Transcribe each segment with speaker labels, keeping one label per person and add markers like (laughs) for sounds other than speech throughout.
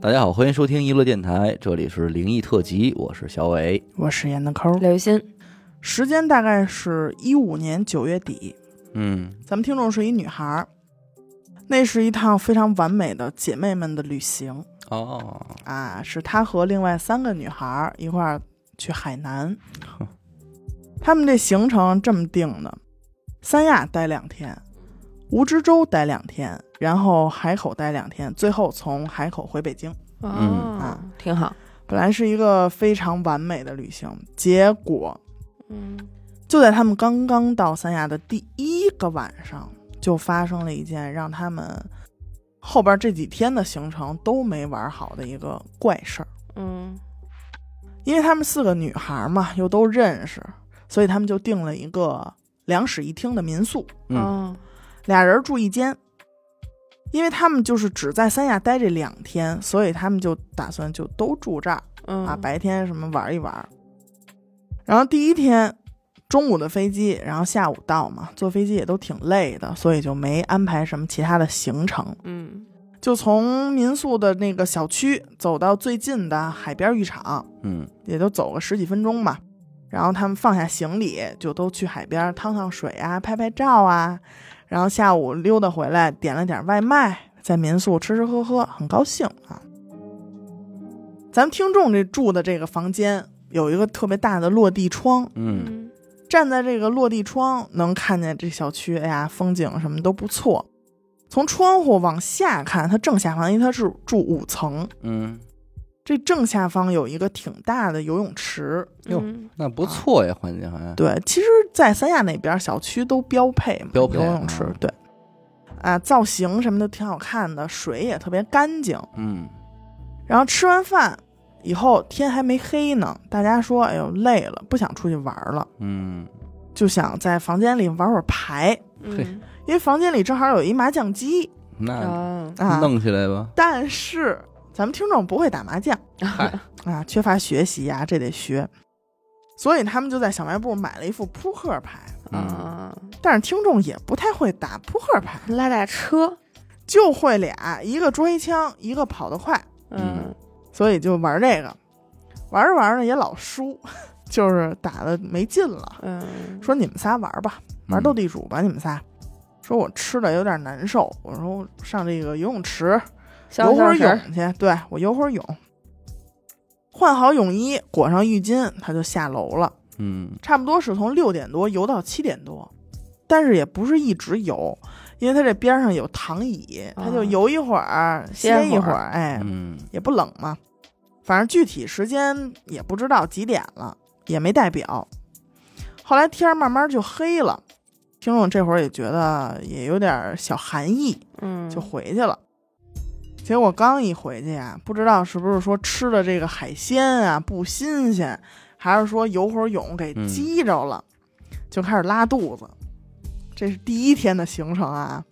Speaker 1: 大家好，欢迎收听娱乐电台，这里是灵异特辑，我是小伟。
Speaker 2: 我是演的抠儿，
Speaker 3: 刘雨欣，
Speaker 2: 时间大概是一五年九月底，
Speaker 1: 嗯
Speaker 2: 咱们听众是一女孩儿，那是一趟非常完美的姐妹们的旅行
Speaker 1: 哦，
Speaker 2: 啊，是她和另外三个女孩儿一块儿去海南
Speaker 1: 呵，
Speaker 2: 他们这行程这么定的：三亚待两天，蜈支洲待两天，然后海口待两天，最后从海口回北京。
Speaker 1: 嗯
Speaker 3: 啊，挺好，
Speaker 2: 本来是一个非常完美的旅行，结果
Speaker 3: 嗯，
Speaker 2: 就在他们刚刚到三亚的第一个晚上，就发生了一件让他们后边这几天的行程都没玩好的一个怪事儿。
Speaker 3: 嗯，
Speaker 2: 因为他们四个女孩嘛，又都认识，所以他们就订了一个两室一厅的民宿，
Speaker 1: 嗯
Speaker 3: 哦，
Speaker 2: 俩人住一间。因为他们就是只在三亚待这两天，所以他们就打算就都住这儿。
Speaker 3: 嗯
Speaker 2: 啊，，白天什么玩一玩。然后第一天中午的飞机，然后下午到嘛，坐飞机也都挺累的，所以就没安排什么其他的行程，
Speaker 3: 嗯
Speaker 2: 就从民宿的那个小区走到最近的海边浴场，
Speaker 1: 嗯
Speaker 2: 也就走个十几分钟吧。然后他们放下行李，就都去海边趟趟水啊，拍拍照啊。然后下午溜达回来，点了点外卖，在民宿吃吃喝喝，很高兴啊。咱们听众这住的这个房间有一个特别大的落地窗，
Speaker 1: 嗯
Speaker 3: 嗯
Speaker 2: 站在这个落地窗能看见这小区，哎呀，风景什么都不错。从窗户往下看，它正下方，因为它是住五层，
Speaker 1: 嗯，
Speaker 2: 这正下方有一个挺大的游泳池，
Speaker 1: 哟
Speaker 3: 嗯
Speaker 1: 那不错呀，环境还
Speaker 2: 对，其实，在三亚那边儿小区都标配嘛，
Speaker 1: 标配
Speaker 2: 游泳池
Speaker 1: 啊，
Speaker 2: 对，啊，造型什么的挺好看的，水也特别干净。
Speaker 1: 嗯
Speaker 2: 然后吃完饭以后，天还没黑呢，大家说，哎呦，累了，不想出去玩儿了，
Speaker 1: 嗯
Speaker 2: 就想在房间里玩会儿牌，
Speaker 3: 嗯，
Speaker 2: 因为房间里正好有一麻将机
Speaker 1: 那
Speaker 3: 啊，
Speaker 2: 啊。
Speaker 1: 弄起来吧。
Speaker 2: 但是咱们听众不会打麻将
Speaker 1: 嗨，
Speaker 2: 啊，缺乏学习呀、这得学。所以他们就在小卖部买了一副扑克牌，
Speaker 3: (laughs)
Speaker 1: 嗯
Speaker 3: 啊，
Speaker 2: 但是听众也不太会打扑克牌。
Speaker 3: 拉大车，
Speaker 2: 就会俩，一个捉一枪，一个跑得快，
Speaker 3: 嗯
Speaker 2: 所以就玩这个。玩着玩着也老输， (laughs) 就是打的没劲了。
Speaker 3: 嗯，
Speaker 2: 说你们仨玩吧，
Speaker 1: 嗯
Speaker 2: 玩斗地主吧，你们仨。说我吃的有点难受，我说我上这个游泳池
Speaker 3: 消
Speaker 2: 游会
Speaker 3: 消
Speaker 2: 儿
Speaker 3: 食儿，
Speaker 2: 泳去。对我游会儿泳，换好泳衣，裹上浴巾，他就下楼了。
Speaker 1: 嗯
Speaker 2: 差不多是从六点多游到七点多，但是也不是一直游，因为它这边上有躺椅，
Speaker 3: 啊
Speaker 2: 他就游一会儿，
Speaker 3: 歇
Speaker 2: 歇一
Speaker 3: 会
Speaker 2: 会
Speaker 3: 儿
Speaker 2: 儿，哎，
Speaker 1: 嗯
Speaker 2: 也不冷嘛。反正具体时间也不知道几点了，也没带表。后来天儿慢慢就黑了，听众这会儿也觉得也有点小寒意，
Speaker 3: 嗯，
Speaker 2: 就回去了。结果刚一回去呀、不知道是不是说吃的这个海鲜啊不新鲜，还是说游会儿泳给
Speaker 1: 嗯
Speaker 2: 激着了，就开始拉肚子。这是第一天的行程啊，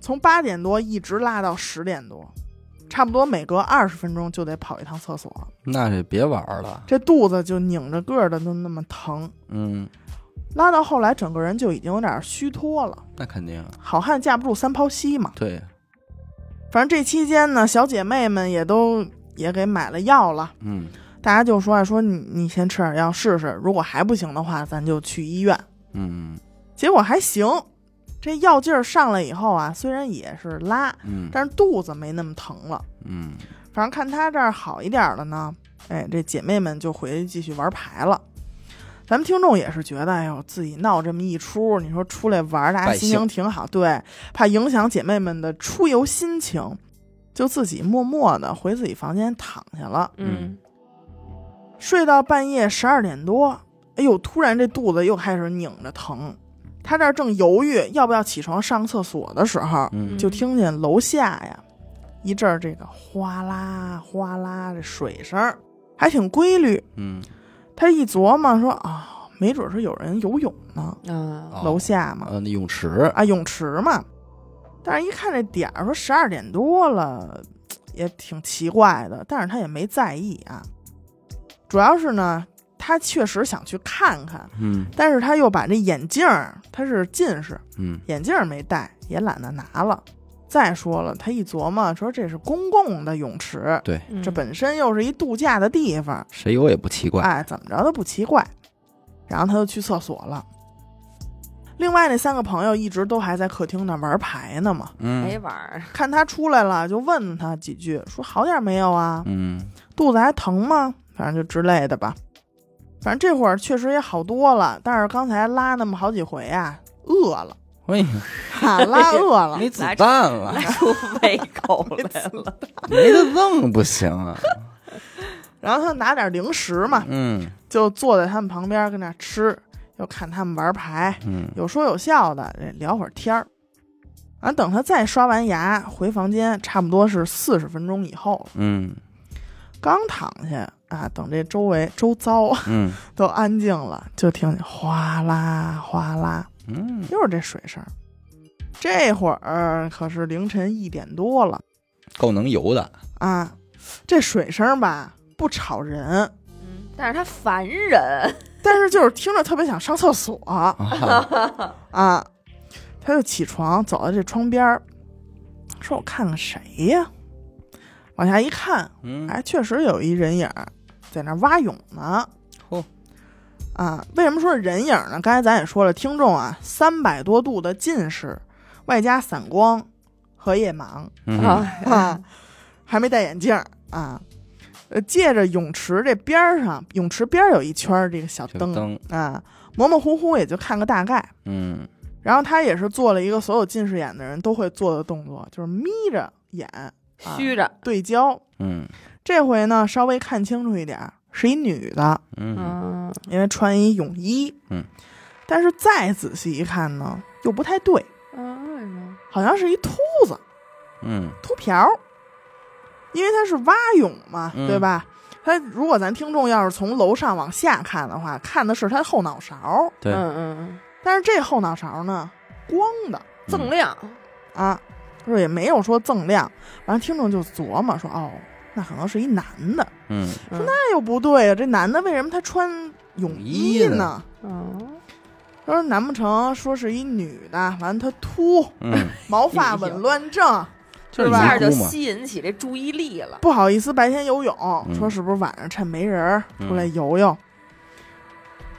Speaker 2: 从八点多一直拉到十点多，差不多每隔二十分钟就得跑一趟厕所。
Speaker 1: 那就别玩了。
Speaker 2: 这肚子就拧着个儿的，就那么疼。
Speaker 1: 嗯，
Speaker 2: 拉到后来，整个人就已经有点虚脱了。
Speaker 1: 那肯定啊
Speaker 2: 好汉架不住三泡稀嘛。
Speaker 1: 对。
Speaker 2: 反正这期间呢，小姐妹们也都也给买了药了，
Speaker 1: 嗯
Speaker 2: 大家就说啊，说你你先吃点药试试，如果还不行的话，咱就去医院。
Speaker 1: 嗯
Speaker 2: 结果还行，这药劲儿上来以后啊，虽然也是拉，
Speaker 1: 嗯
Speaker 2: 但是肚子没那么疼了。
Speaker 1: 嗯
Speaker 2: 反正看她这儿好一点了呢，哎，这姐妹们就回去继续玩牌了。咱们听众也是觉得，哎呦，自己闹这么一出，你说出来玩儿，大家
Speaker 1: 败
Speaker 2: 心
Speaker 1: 兴
Speaker 2: 情挺好，对，怕影响姐妹们的出游心情，就自己默默的回自己房间躺下了。
Speaker 3: 嗯
Speaker 2: 睡到半夜十二点多，哎呦，突然这肚子又开始拧着疼。他这儿正犹豫要不要起床上厕所的时候，
Speaker 1: 嗯
Speaker 2: 就听见楼下呀一阵儿这个哗啦哗啦的水声儿，还挺规律。
Speaker 1: 嗯，
Speaker 2: 他一琢磨说啊，没准是有人游泳呢，
Speaker 1: 嗯
Speaker 3: 啊，
Speaker 2: 楼下嘛，
Speaker 1: 呃，那泳池
Speaker 2: 啊泳池嘛。但是一看这点儿，说十二点多了，也挺奇怪的。但是他也没在意啊，主要是呢，他确实想去看看，
Speaker 1: 嗯
Speaker 2: 但是他又把这眼镜儿，他是近视，
Speaker 1: 嗯
Speaker 2: 眼镜儿没戴，也懒得拿了，再说了，他一琢磨，说这是公共的泳池，
Speaker 1: 对，
Speaker 3: 嗯
Speaker 2: 这本身又是一度假的地方，
Speaker 1: 谁有也不奇怪。
Speaker 2: 哎，怎么着都不奇怪。然后他就去厕所了。另外那三个朋友一直都还在客厅那玩牌呢嘛，
Speaker 1: 嗯
Speaker 3: 没玩儿，
Speaker 2: 看他出来了就问他几句，说好点没有啊？
Speaker 1: 嗯
Speaker 2: 肚子还疼吗？反正就之类的吧。反正这会儿确实也好多了，但是刚才拉那么好几回啊，饿了， (laughs)
Speaker 1: 哎呀，
Speaker 2: 哈拉饿了，
Speaker 1: 没子弹了，
Speaker 3: 来出胃
Speaker 1: (laughs)
Speaker 3: 口来了。
Speaker 1: 没得弄不行 (laughs) 啊。
Speaker 2: 然后他拿点零食嘛，
Speaker 1: 嗯
Speaker 2: 就坐在他们旁边跟那吃，又看他们玩牌，
Speaker 1: 嗯
Speaker 2: 有说有笑的这聊会儿天儿。啊，等他再刷完牙回房间，差不多是四十分钟以后了，
Speaker 1: 嗯
Speaker 2: 刚躺下啊，等这周围周遭 (laughs)
Speaker 1: 嗯
Speaker 2: 都安静了，就听见哗啦哗啦，
Speaker 1: 嗯，
Speaker 2: 又是这水声儿。这会儿可是凌晨一点多了
Speaker 1: 够能游的。
Speaker 2: 啊，这水声儿吧不吵人，
Speaker 3: 嗯，但是他烦人，
Speaker 2: 但是就是听着特别想上厕所。
Speaker 1: 啊，
Speaker 2: 啊，他就起床走到这窗边儿，说：“我看看谁呀？”往下一看，
Speaker 1: 嗯，
Speaker 2: 哎，确实有一人影儿在那儿蛙泳呢。
Speaker 1: 嚯
Speaker 2: 啊，为什么说是人影儿呢？刚才咱也说了，听众啊，三百多度的近视，外加散光和夜盲
Speaker 1: 嗯
Speaker 3: 哎
Speaker 2: 啊，还没戴眼镜儿啊。呃，借着泳池这边儿上，泳池边儿有一圈儿这个小
Speaker 1: 小
Speaker 2: 灯
Speaker 1: 灯
Speaker 2: 啊，模模糊糊也就看个大概。
Speaker 1: 嗯
Speaker 2: 然后他也是做了一个所有近视眼的人都会做的动作，就是眯着眼
Speaker 3: 虚着，
Speaker 2: 对焦。
Speaker 1: 嗯
Speaker 2: 这回呢，稍微看清楚一点儿，是一女的，
Speaker 1: 嗯
Speaker 3: 嗯
Speaker 2: 因为穿一泳衣。
Speaker 1: 嗯，
Speaker 2: 但是再仔细一看呢，又不太对，
Speaker 3: 嗯，为什么？
Speaker 2: 好像是一秃子
Speaker 1: 嗯
Speaker 2: 秃瓢儿，因为他是蛙泳嘛，
Speaker 1: 嗯
Speaker 2: 对吧？他如果咱听众要是从楼上往下看的话，看的是他后脑勺，
Speaker 1: 对
Speaker 3: 嗯嗯
Speaker 2: 但是这后脑勺呢，光的。
Speaker 3: 嗯，锃亮，
Speaker 2: 啊，就是也没有说锃亮。完了，听众就琢磨说，哦，那可能是一男的。
Speaker 1: 嗯
Speaker 3: 嗯
Speaker 2: 那又不对呀、这男的为什么他穿泳衣
Speaker 1: 泳衣
Speaker 2: 呢
Speaker 1: 呢？
Speaker 3: 嗯，
Speaker 2: 他说难不成说是一女的？完了，她秃，
Speaker 1: 嗯，
Speaker 2: 毛发
Speaker 3: 哎呦
Speaker 2: 紊乱症，
Speaker 1: 就是
Speaker 2: 是
Speaker 3: 一
Speaker 2: 吧
Speaker 3: 下
Speaker 1: 尼
Speaker 3: 就
Speaker 1: 姑嘛。
Speaker 3: 吸引起这注意力了。
Speaker 2: 不好意思，白天游泳，
Speaker 1: 嗯
Speaker 2: 说是不是晚上趁没人儿
Speaker 1: 嗯
Speaker 2: 出来游游？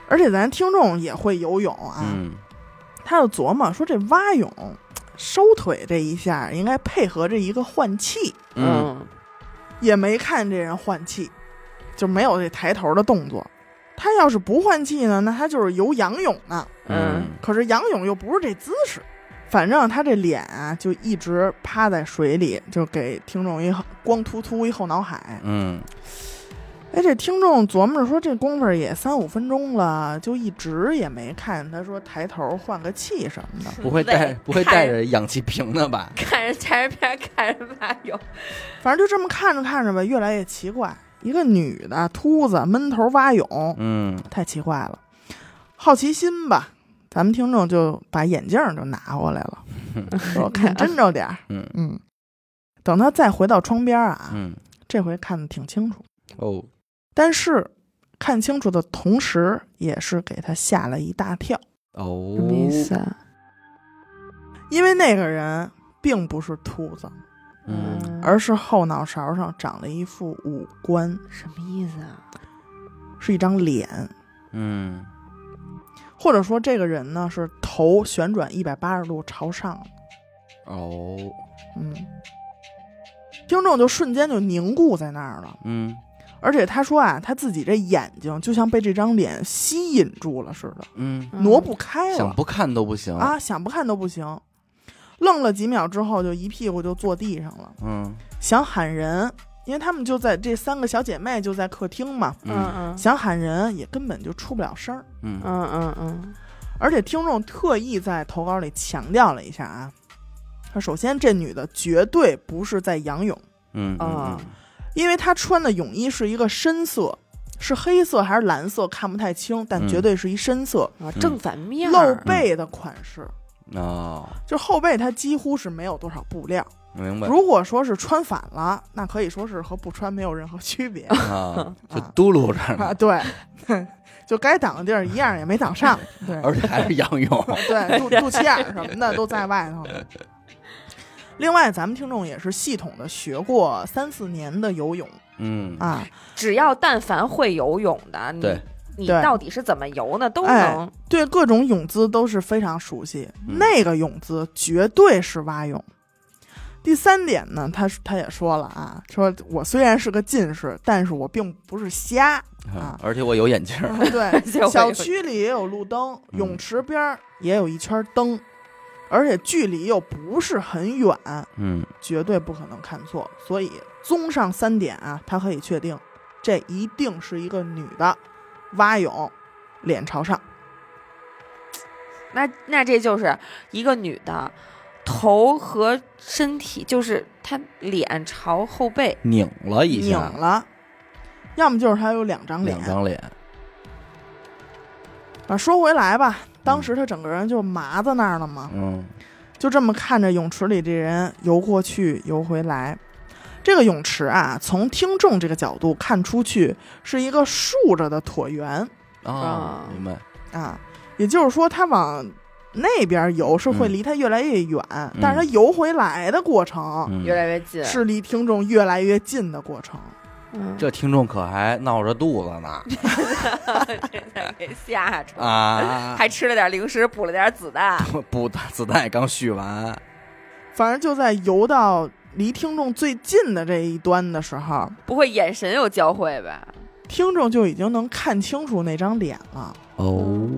Speaker 2: 而且咱听众也会游泳啊，
Speaker 1: 嗯
Speaker 2: 他就琢磨说这蛙泳。收腿这一下应该配合这一个换气，
Speaker 1: 嗯
Speaker 3: 嗯
Speaker 2: 也没看这人换气，就没有这抬头的动作。他要是不换气呢，那他就是游仰泳呢。
Speaker 1: 嗯
Speaker 2: 可是仰泳又不是这姿势，反正他这脸啊就一直趴在水里，就给听众一光秃秃一后脑海。
Speaker 1: 嗯
Speaker 2: 哎，这听众琢磨着说，这功夫儿也三五分钟了，就一直也没看他说抬头换个气什么的。
Speaker 1: 啊不会带
Speaker 3: 累
Speaker 1: 不会
Speaker 3: 看
Speaker 1: 带 (laughs)
Speaker 3: 人
Speaker 1: 着氧气瓶的吧？
Speaker 3: 看人家人片，看人蛙泳，
Speaker 2: 反正就这么看着看着吧，越来越奇怪。一个女的秃子闷头蛙泳，
Speaker 1: 嗯
Speaker 2: 太奇怪了。好奇心吧，咱们听众就把眼镜儿就拿过来了，说我看真着点儿。
Speaker 1: 嗯
Speaker 2: 嗯，等他再回到窗边儿啊，
Speaker 1: 嗯
Speaker 2: 这回看的挺清楚，
Speaker 1: 哦
Speaker 2: 但是看清楚的同时，也是给他吓了一大跳，
Speaker 1: 哦，
Speaker 3: 啊？
Speaker 2: 因为那个人并不是秃子，
Speaker 1: 嗯
Speaker 2: 而是后脑勺上长了一副五官，
Speaker 3: 什么意思啊？
Speaker 2: 是一张脸，
Speaker 1: 嗯
Speaker 2: 或者说这个人呢是头旋转一百八十度朝上。
Speaker 1: 哦
Speaker 2: 嗯，听众就瞬间就凝固在那儿了。
Speaker 1: 嗯
Speaker 2: 而且他说啊，他自己这眼睛就像被这张脸吸引住了似的，
Speaker 1: 嗯，
Speaker 3: 嗯
Speaker 2: 挪不开
Speaker 1: 想
Speaker 2: 了、
Speaker 1: 不看都不行。
Speaker 2: 啊，想不看都不行。愣了几秒之后，就一屁股就坐地上了，
Speaker 1: 嗯
Speaker 2: 想喊人，因为他们就在这三个小姐妹就在客厅嘛，
Speaker 1: 嗯
Speaker 3: 嗯
Speaker 2: 想喊人也根本就出不了声儿。
Speaker 1: 嗯
Speaker 3: 嗯嗯嗯
Speaker 2: 而且听众特意在投稿里强调了一下啊，他首先这女的绝对不是在仰泳。
Speaker 1: 嗯
Speaker 3: 啊
Speaker 2: 因为她穿的泳衣是一个深色，是黑色还是蓝色看不太清，但
Speaker 1: 嗯
Speaker 2: 绝对是一深色，
Speaker 3: 啊，正反面
Speaker 2: 露
Speaker 3: 儿
Speaker 2: 背的款式。
Speaker 1: 哦，
Speaker 2: 就后背它几乎是没有多少布料，
Speaker 1: 明白
Speaker 2: 如果说是穿反了，那可以说是和不穿没有任何
Speaker 1: (laughs)
Speaker 2: 区别
Speaker 1: 啊，就嘟噜着
Speaker 2: 啊。
Speaker 1: 呢，
Speaker 2: 对，就该挡的地儿一样也没
Speaker 1: (laughs)
Speaker 2: 挡上，对
Speaker 1: 而且还是仰泳。
Speaker 2: 对，肚肚脐眼儿什么的都在外头呢。另外，咱们听众也是系统的学过三四年的游泳
Speaker 1: 嗯，
Speaker 2: 啊，
Speaker 3: 只要但凡会游泳的，你
Speaker 1: 对
Speaker 3: 你
Speaker 2: 对
Speaker 3: 到底是怎么游呢？都
Speaker 2: 哎
Speaker 3: 能。
Speaker 2: 对各种泳姿都是非常熟悉。
Speaker 1: 嗯
Speaker 2: 那个泳姿绝对是蛙泳。第三点呢，他他也说了啊，说我虽然是个近视，但是我并不是瞎。啊
Speaker 1: 而且我有眼镜儿，
Speaker 3: 且我
Speaker 2: 对，
Speaker 3: 有
Speaker 2: 小区里也有路灯，
Speaker 1: 嗯
Speaker 2: 泳池边儿也有一圈灯，而且距离又不是很远，
Speaker 1: 嗯
Speaker 2: 绝对不可能看错。所以，综上三点啊，他可以确定，这一定是一个女的，蛙泳，脸朝上。
Speaker 3: 那那这就是一个女的，头和身体就是她脸朝后背，
Speaker 1: 拧了一
Speaker 2: 拧
Speaker 1: 下，
Speaker 2: 了，要么就是他有两张脸
Speaker 1: 两。张脸，
Speaker 2: 啊，说回来吧，当时他整个人就麻在那儿了嘛，
Speaker 1: 嗯
Speaker 2: 就这么看着泳池里这人游过去游回来。这个泳池啊，从听众这个角度看出去是一个竖着的椭圆
Speaker 1: 啊
Speaker 3: 啊，
Speaker 1: 明白，
Speaker 2: 啊，也就是说他往那边游是会
Speaker 1: 嗯
Speaker 2: 离他越来越远，但是他游回来的过程
Speaker 1: 嗯
Speaker 3: 越来越近。
Speaker 2: 是离听众越来越近的过程。
Speaker 3: 嗯， (laughs)
Speaker 1: 这听众可还闹着肚子呢
Speaker 3: 真的给吓着，
Speaker 1: 啊，
Speaker 3: 还吃了点零食，补了点子弹。
Speaker 1: (laughs) 不 (laughs) 打子弹也刚续完，
Speaker 2: 反正就在游到离听众最近的这一端的时候，
Speaker 3: 不会眼神有交汇吧？
Speaker 2: 听众就已经能看清楚那张脸了，
Speaker 1: 哦，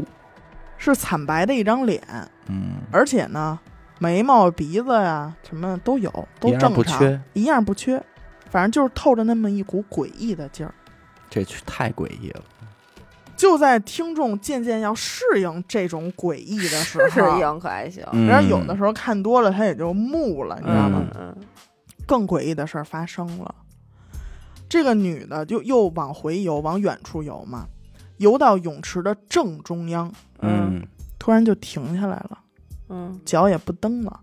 Speaker 2: 是惨白的一张脸，
Speaker 1: 嗯，
Speaker 2: 而且呢，眉毛、鼻子呀、什么都有，都
Speaker 1: 一样
Speaker 2: 正常，
Speaker 1: 不缺，
Speaker 2: 一样不缺，反正就是透着那么一股诡异的劲儿。
Speaker 1: 这太诡异了，
Speaker 2: 就在听众渐渐要适应这种诡异的时
Speaker 3: 是
Speaker 2: 候，
Speaker 3: 硬可还行，
Speaker 1: 嗯
Speaker 2: 然后有的时候看多了他也就木了，你知道吗？
Speaker 3: 嗯嗯，
Speaker 2: 更诡异的事儿发生了。这个女的就又往回游，往远处游嘛，游到泳池的正中央，
Speaker 1: 嗯，
Speaker 2: 突然就停下来了，
Speaker 3: 嗯
Speaker 2: 脚也不蹬了，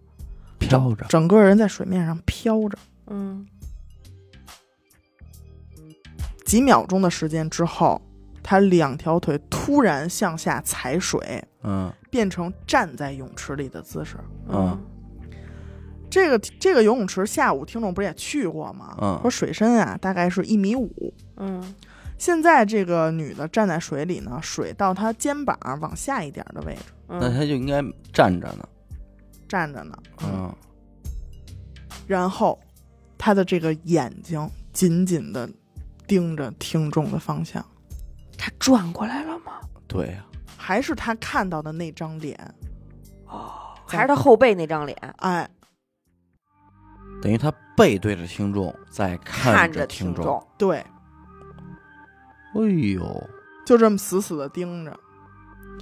Speaker 1: 飘着，
Speaker 2: 整个人在水面上飘着。
Speaker 3: 嗯
Speaker 2: 几秒钟的时间之后，她两条腿突然向下踩水，
Speaker 1: 嗯
Speaker 2: 变成站在泳池里的姿势。
Speaker 1: 嗯
Speaker 2: 这个这个游泳池下午听众不是也去过吗？
Speaker 1: 嗯
Speaker 2: 说水深啊大概是一米五，
Speaker 3: 嗯
Speaker 2: 现在这个女的站在水里呢，水到她肩膀往下一点的位置
Speaker 1: 那他
Speaker 3: 嗯，
Speaker 1: 就应该站着呢，
Speaker 2: 站着呢。
Speaker 1: 嗯，
Speaker 2: 然后她的这个眼睛紧紧的盯着听众的方向，
Speaker 3: 他转过来了吗？
Speaker 1: 对啊呀，
Speaker 2: 还是她看到的那张脸。
Speaker 3: 哦，还是他后背那张脸，
Speaker 2: 哎，
Speaker 1: 等于他背对着听众在看
Speaker 3: 看着
Speaker 1: 听众，
Speaker 3: 众，
Speaker 2: 对，
Speaker 1: 哎呦，
Speaker 2: 就这么死死的盯着。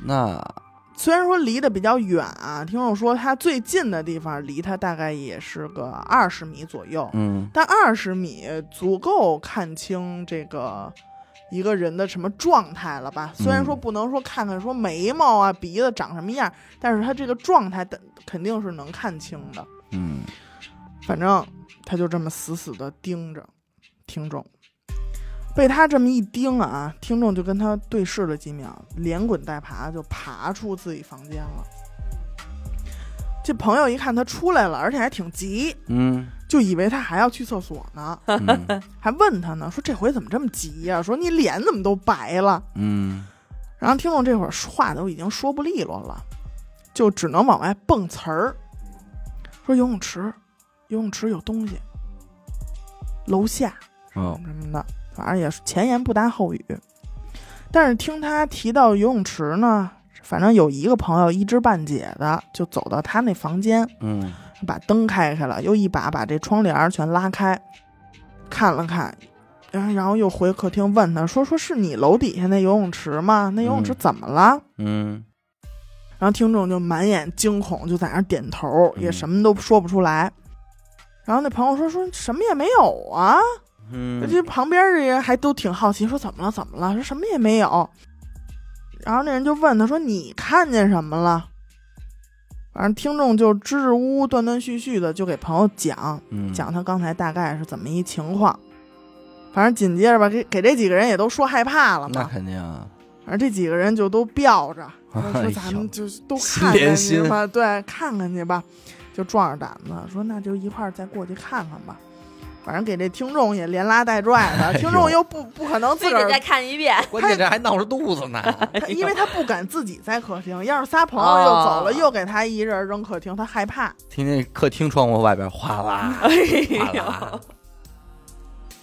Speaker 1: 那
Speaker 2: 虽然说离得比较远啊，听众说她最近的地方离她大概也是个二十米左右，
Speaker 1: 嗯
Speaker 2: 但二十米足够看清这个一个人的什么状态了吧？虽然说不能说看看说眉毛啊、鼻子长什么样，但是他这个状态的肯定是能看清的。
Speaker 1: 嗯
Speaker 2: 反正他就这么死死的盯着听众，被他这么一盯啊，听众就跟他对视了几秒，连滚带爬就爬出自己房间了。这朋友一看他出来了，而且还挺急，
Speaker 1: 嗯
Speaker 2: 就以为他还要去厕所呢。
Speaker 1: 嗯
Speaker 2: 还问他呢，说这回怎么这么急呀、说你脸怎么都白了？
Speaker 1: 嗯，
Speaker 2: 然后听众这会儿话都已经说不利落了，就只能往外蹦词儿，说游泳池，游泳池有东西，楼下
Speaker 1: 哦，
Speaker 2: 什么的，反正也是前言不搭后语。但是听他提到游泳池呢，反正有一个朋友一知半解的，就走到他那房间，
Speaker 1: 嗯
Speaker 2: 把灯开开了，又一把把这窗帘儿全拉开，看了看，然后然后又回客厅问他说：“说是你楼底下那游泳池吗？那游泳池
Speaker 1: 嗯
Speaker 2: 怎么了？”
Speaker 1: 嗯
Speaker 2: 然后听众就满眼惊恐，就在那儿点头，
Speaker 1: 嗯
Speaker 2: 也什么都说不出来。然后那朋友说：“说什么也没有啊。”
Speaker 1: 嗯，
Speaker 2: 这旁边这人还都挺好奇，说：“怎么了？怎么了？”说什么也没有。然后那人就问他说：“你看见什么了？”反正听众就支支吾吾、断断续续的就给朋友讲，
Speaker 1: 嗯
Speaker 2: 讲他刚才大概是怎么一情况。反正紧接着吧，给给这几个人也都说害怕了
Speaker 1: 那
Speaker 2: 嘛。
Speaker 1: 肯定啊，
Speaker 2: 反正这几个人就都吊着，
Speaker 1: 哎
Speaker 2: 说
Speaker 1: 呦
Speaker 2: 咱们就是都看看
Speaker 1: 连
Speaker 2: 去
Speaker 1: 心
Speaker 2: 吧，对，看看去吧。就壮着胆子说那就一块儿再过去看看吧。反正给这听众也连拉带拽
Speaker 1: 哎
Speaker 2: 的，听众又不不可能自
Speaker 3: 非
Speaker 2: 个儿
Speaker 3: 得再看一遍，
Speaker 4: 关键这还闹着肚子呢，
Speaker 2: 他因为他不敢自己在客厅，要是仨朋友又走
Speaker 1: 啊
Speaker 2: 了，
Speaker 3: 哦
Speaker 2: 又给他一人扔客厅，他害怕。
Speaker 1: (laughs) 听见客厅窗户外边哗啦，
Speaker 3: (laughs) 哎
Speaker 4: 完
Speaker 3: 呦，
Speaker 4: 了，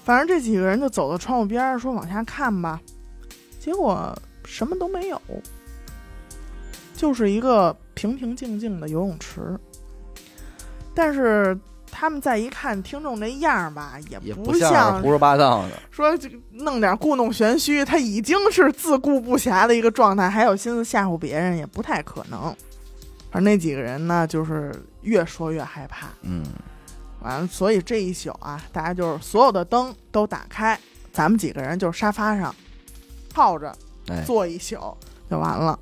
Speaker 2: 反正这几个人就走到窗户边儿，说往下看吧。结果什么都没有，就是一个平平静静的游泳池。但是他们再一看听众那样儿吧，也
Speaker 1: 也
Speaker 2: 不
Speaker 1: 不像是胡说八道的。
Speaker 2: 说这个弄点故弄玄虚，他已经是自顾不暇的一个状态，还有心思吓唬别人，也不太可能。而那几个人呢，就是越说越害怕，
Speaker 1: 嗯，
Speaker 2: 完了，所以这一宿啊，大家就是所有的灯都打开，咱们几个人就是沙发上靠着
Speaker 1: 哎，
Speaker 2: 坐一宿就完了，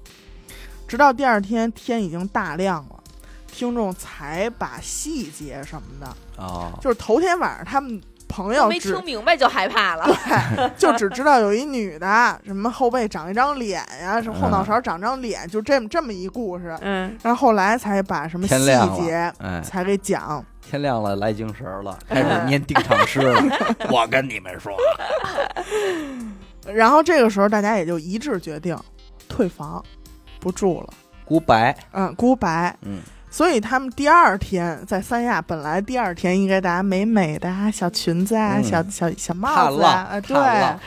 Speaker 2: 直到第二天天已经大亮了，听众才把细节什么的，
Speaker 1: 哦，
Speaker 2: 就是头天晚上他们朋友
Speaker 3: 没
Speaker 2: 只
Speaker 3: 听明白就害怕了。
Speaker 2: 就只知道有一女的，什么后背长一张脸呀、什么后脑
Speaker 1: 嗯
Speaker 2: 勺长张脸，就这么这么一故事。
Speaker 3: 嗯，
Speaker 2: 然后后来才把什么细
Speaker 1: 天亮了
Speaker 2: 节
Speaker 1: 哎，
Speaker 2: 才给讲。
Speaker 1: 天亮了，来精神儿了，开始念定场诗了。
Speaker 4: 我跟你们说，
Speaker 1: 啊
Speaker 2: 然后这个时候大家也就一致决定退房，不住了。
Speaker 1: Goodbye，
Speaker 2: 嗯，孤白。
Speaker 1: 嗯，
Speaker 2: 所以他们第二天在三亚，本来第二天应该大家美美的啊，小裙子啊，
Speaker 1: 嗯
Speaker 2: 小小小帽
Speaker 1: 踏
Speaker 2: 子啊，啊
Speaker 1: 浪，踏
Speaker 2: 对
Speaker 1: 浪，，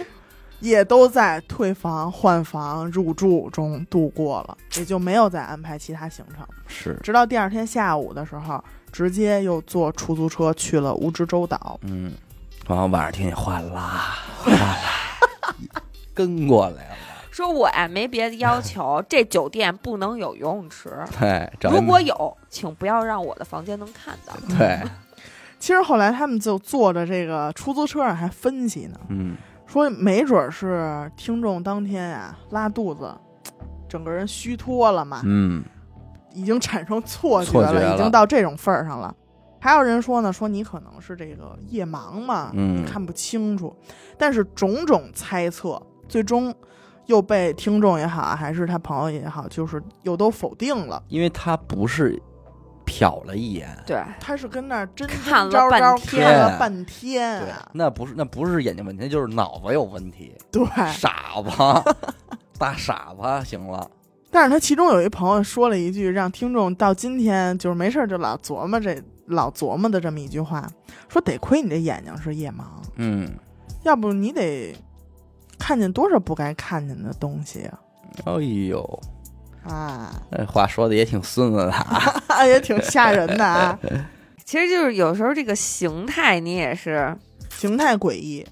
Speaker 2: (laughs) 也都在退房、换房、入住中度过了，也就没有再安排其他行程。
Speaker 1: 是，
Speaker 2: 直到第二天下午的时候，直接又坐出租车去了蜈支洲岛。
Speaker 1: 嗯，然后晚上听见哗啦哗啦，跟过来了。
Speaker 3: 说我呀没别的
Speaker 1: (laughs)
Speaker 3: 要求，这酒店不能有游泳池，
Speaker 1: 对，哎找
Speaker 3: 如
Speaker 1: 一
Speaker 3: 果有，请不要让我的房间能看到。
Speaker 1: 对，
Speaker 2: 其实后来他们就坐着这个出租车上还分析呢，
Speaker 1: 嗯，
Speaker 2: 说没准儿是听众当天啊拉肚子，整个人虚脱了嘛，
Speaker 1: 嗯，
Speaker 2: 已经产生错觉
Speaker 1: 错觉了
Speaker 2: 已经到这种份儿上了。还有人说呢，说你可能是这个夜盲嘛，
Speaker 1: 嗯
Speaker 2: 你看不清楚。但是种种猜测，最终又被听众也好，还是他朋友也好，就是又都否定了。
Speaker 1: 因为他不是瞟了一眼，
Speaker 3: 对，
Speaker 2: 他是跟那儿真真
Speaker 3: 看了
Speaker 2: 招
Speaker 3: 半
Speaker 2: 招
Speaker 3: 天
Speaker 2: 看了半天
Speaker 1: 对
Speaker 2: 啊，，
Speaker 1: 那不是那不是眼睛问题，那就是脑子有问题，
Speaker 2: 对。
Speaker 1: 傻子，大傻子，行了，
Speaker 2: 但是他其中有一朋友说了一句让听众到今天就是没事儿就老琢磨这老琢磨的这么一句话，说得亏你这眼睛是夜盲，
Speaker 1: 嗯，
Speaker 2: 要不你得看见多少不该看见的东西
Speaker 1: 哎呦，
Speaker 2: 啊，
Speaker 1: 那话说的也挺孙子的啊，
Speaker 2: 啊 (laughs) 也挺吓人的 (laughs) 啊，
Speaker 3: 其实就是有时候这个形态你也是，
Speaker 2: 形态诡异。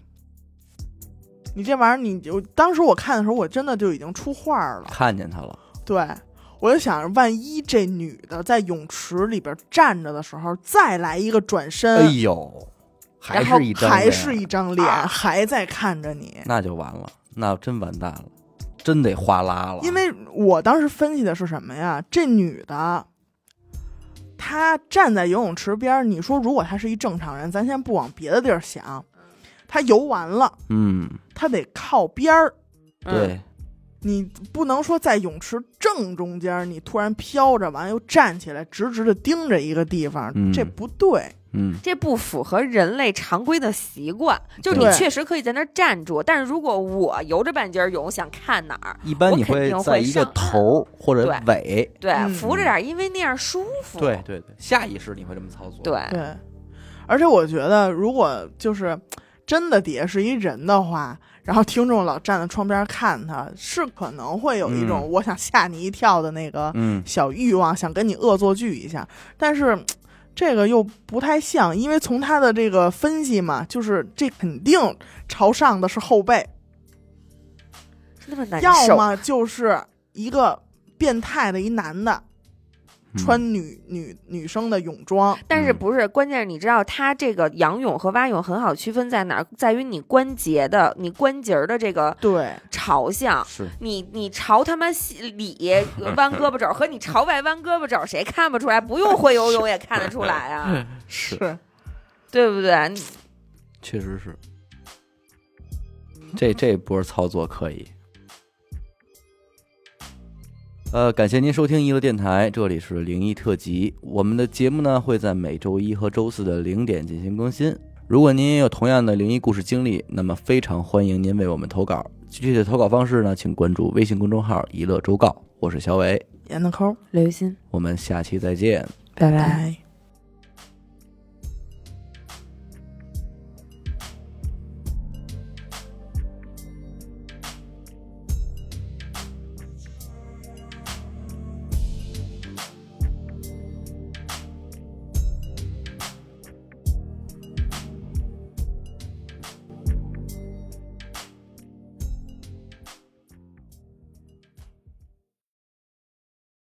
Speaker 2: 你这玩意儿，你就当时我看的时候，我真的就已经出画儿了。
Speaker 1: 看见他了，
Speaker 2: 对，我就想着，万一这女的在泳池里边站着的时候，再来一个转身，
Speaker 1: 哎呦，还
Speaker 2: 嗯然后
Speaker 1: 是一张脸，
Speaker 2: 还是一张脸，
Speaker 1: 啊
Speaker 2: 还在看着你。
Speaker 1: 那就完了，那真完蛋了，真得哗啦了，
Speaker 2: 因为我当时分析的是什么呀？这女的，她站在游泳池边儿，你说如果她是一正常人，咱先不往别的地儿想，她游完了，
Speaker 1: 嗯，
Speaker 2: 她得靠边儿，
Speaker 3: 嗯，
Speaker 1: 对，
Speaker 2: 你不能说在泳池正中间儿，你突然飘着，完了又站起来，直直的盯着一个地方，
Speaker 1: 嗯
Speaker 2: 这不对。
Speaker 1: 嗯，
Speaker 3: 这不符合人类常规的习惯。就是
Speaker 2: 对
Speaker 3: 你确实可以在那儿站住，但是如果我游着半截儿泳想看哪儿，
Speaker 1: 一般你
Speaker 3: 我肯定会
Speaker 1: 在一个
Speaker 3: 上
Speaker 1: 头儿或者
Speaker 3: 对
Speaker 1: 尾，
Speaker 3: 对，
Speaker 2: 嗯
Speaker 3: 扶着点儿，因为那样舒服。
Speaker 1: 对对对，下意识你会这么操作，
Speaker 3: 对，
Speaker 2: 对，而且我觉得，如果就是真的底下是一人的话，然后听众老站在窗边看他，是可能会有一种
Speaker 1: 嗯
Speaker 2: 我想吓你一跳的那个
Speaker 1: 嗯，
Speaker 2: 小欲望，想跟你恶作剧一下。但是这个又不太像，因为从他的这个分析嘛，就是这肯定朝上的是后背，
Speaker 3: 那
Speaker 1: 哎
Speaker 3: 么难
Speaker 2: 要
Speaker 3: 受。
Speaker 2: 么就是一个变态的一男的
Speaker 1: 嗯
Speaker 2: 穿女、女女生的泳装。
Speaker 3: 但是
Speaker 1: 嗯
Speaker 3: 不是关键？你知道它这个仰泳和蛙泳很好区分在哪儿？在于你关节的、你关节儿的这个
Speaker 2: 对，
Speaker 3: 朝向。
Speaker 1: 是
Speaker 3: 你你朝他妈西里弯胳膊肘儿和你朝外弯胳膊肘儿，谁看不出来？不用会游泳也看得出来啊，
Speaker 1: 是，
Speaker 2: 是
Speaker 3: 对不对？你
Speaker 1: 确实是。这这波操作可以，呃，感谢您收听娱乐电台，这里是灵异特辑。我们的节目呢会在每周一和周四的零点进行更新。如果您也有同样的灵异故事经历，那么非常欢迎您为我们投稿。具体的投稿方式呢，请关注微信公众号“娱乐周告”，我是小伟，
Speaker 2: 闫子抠，
Speaker 3: 刘雨欣，
Speaker 1: 我们下期再见。
Speaker 3: 拜。
Speaker 2: 拜。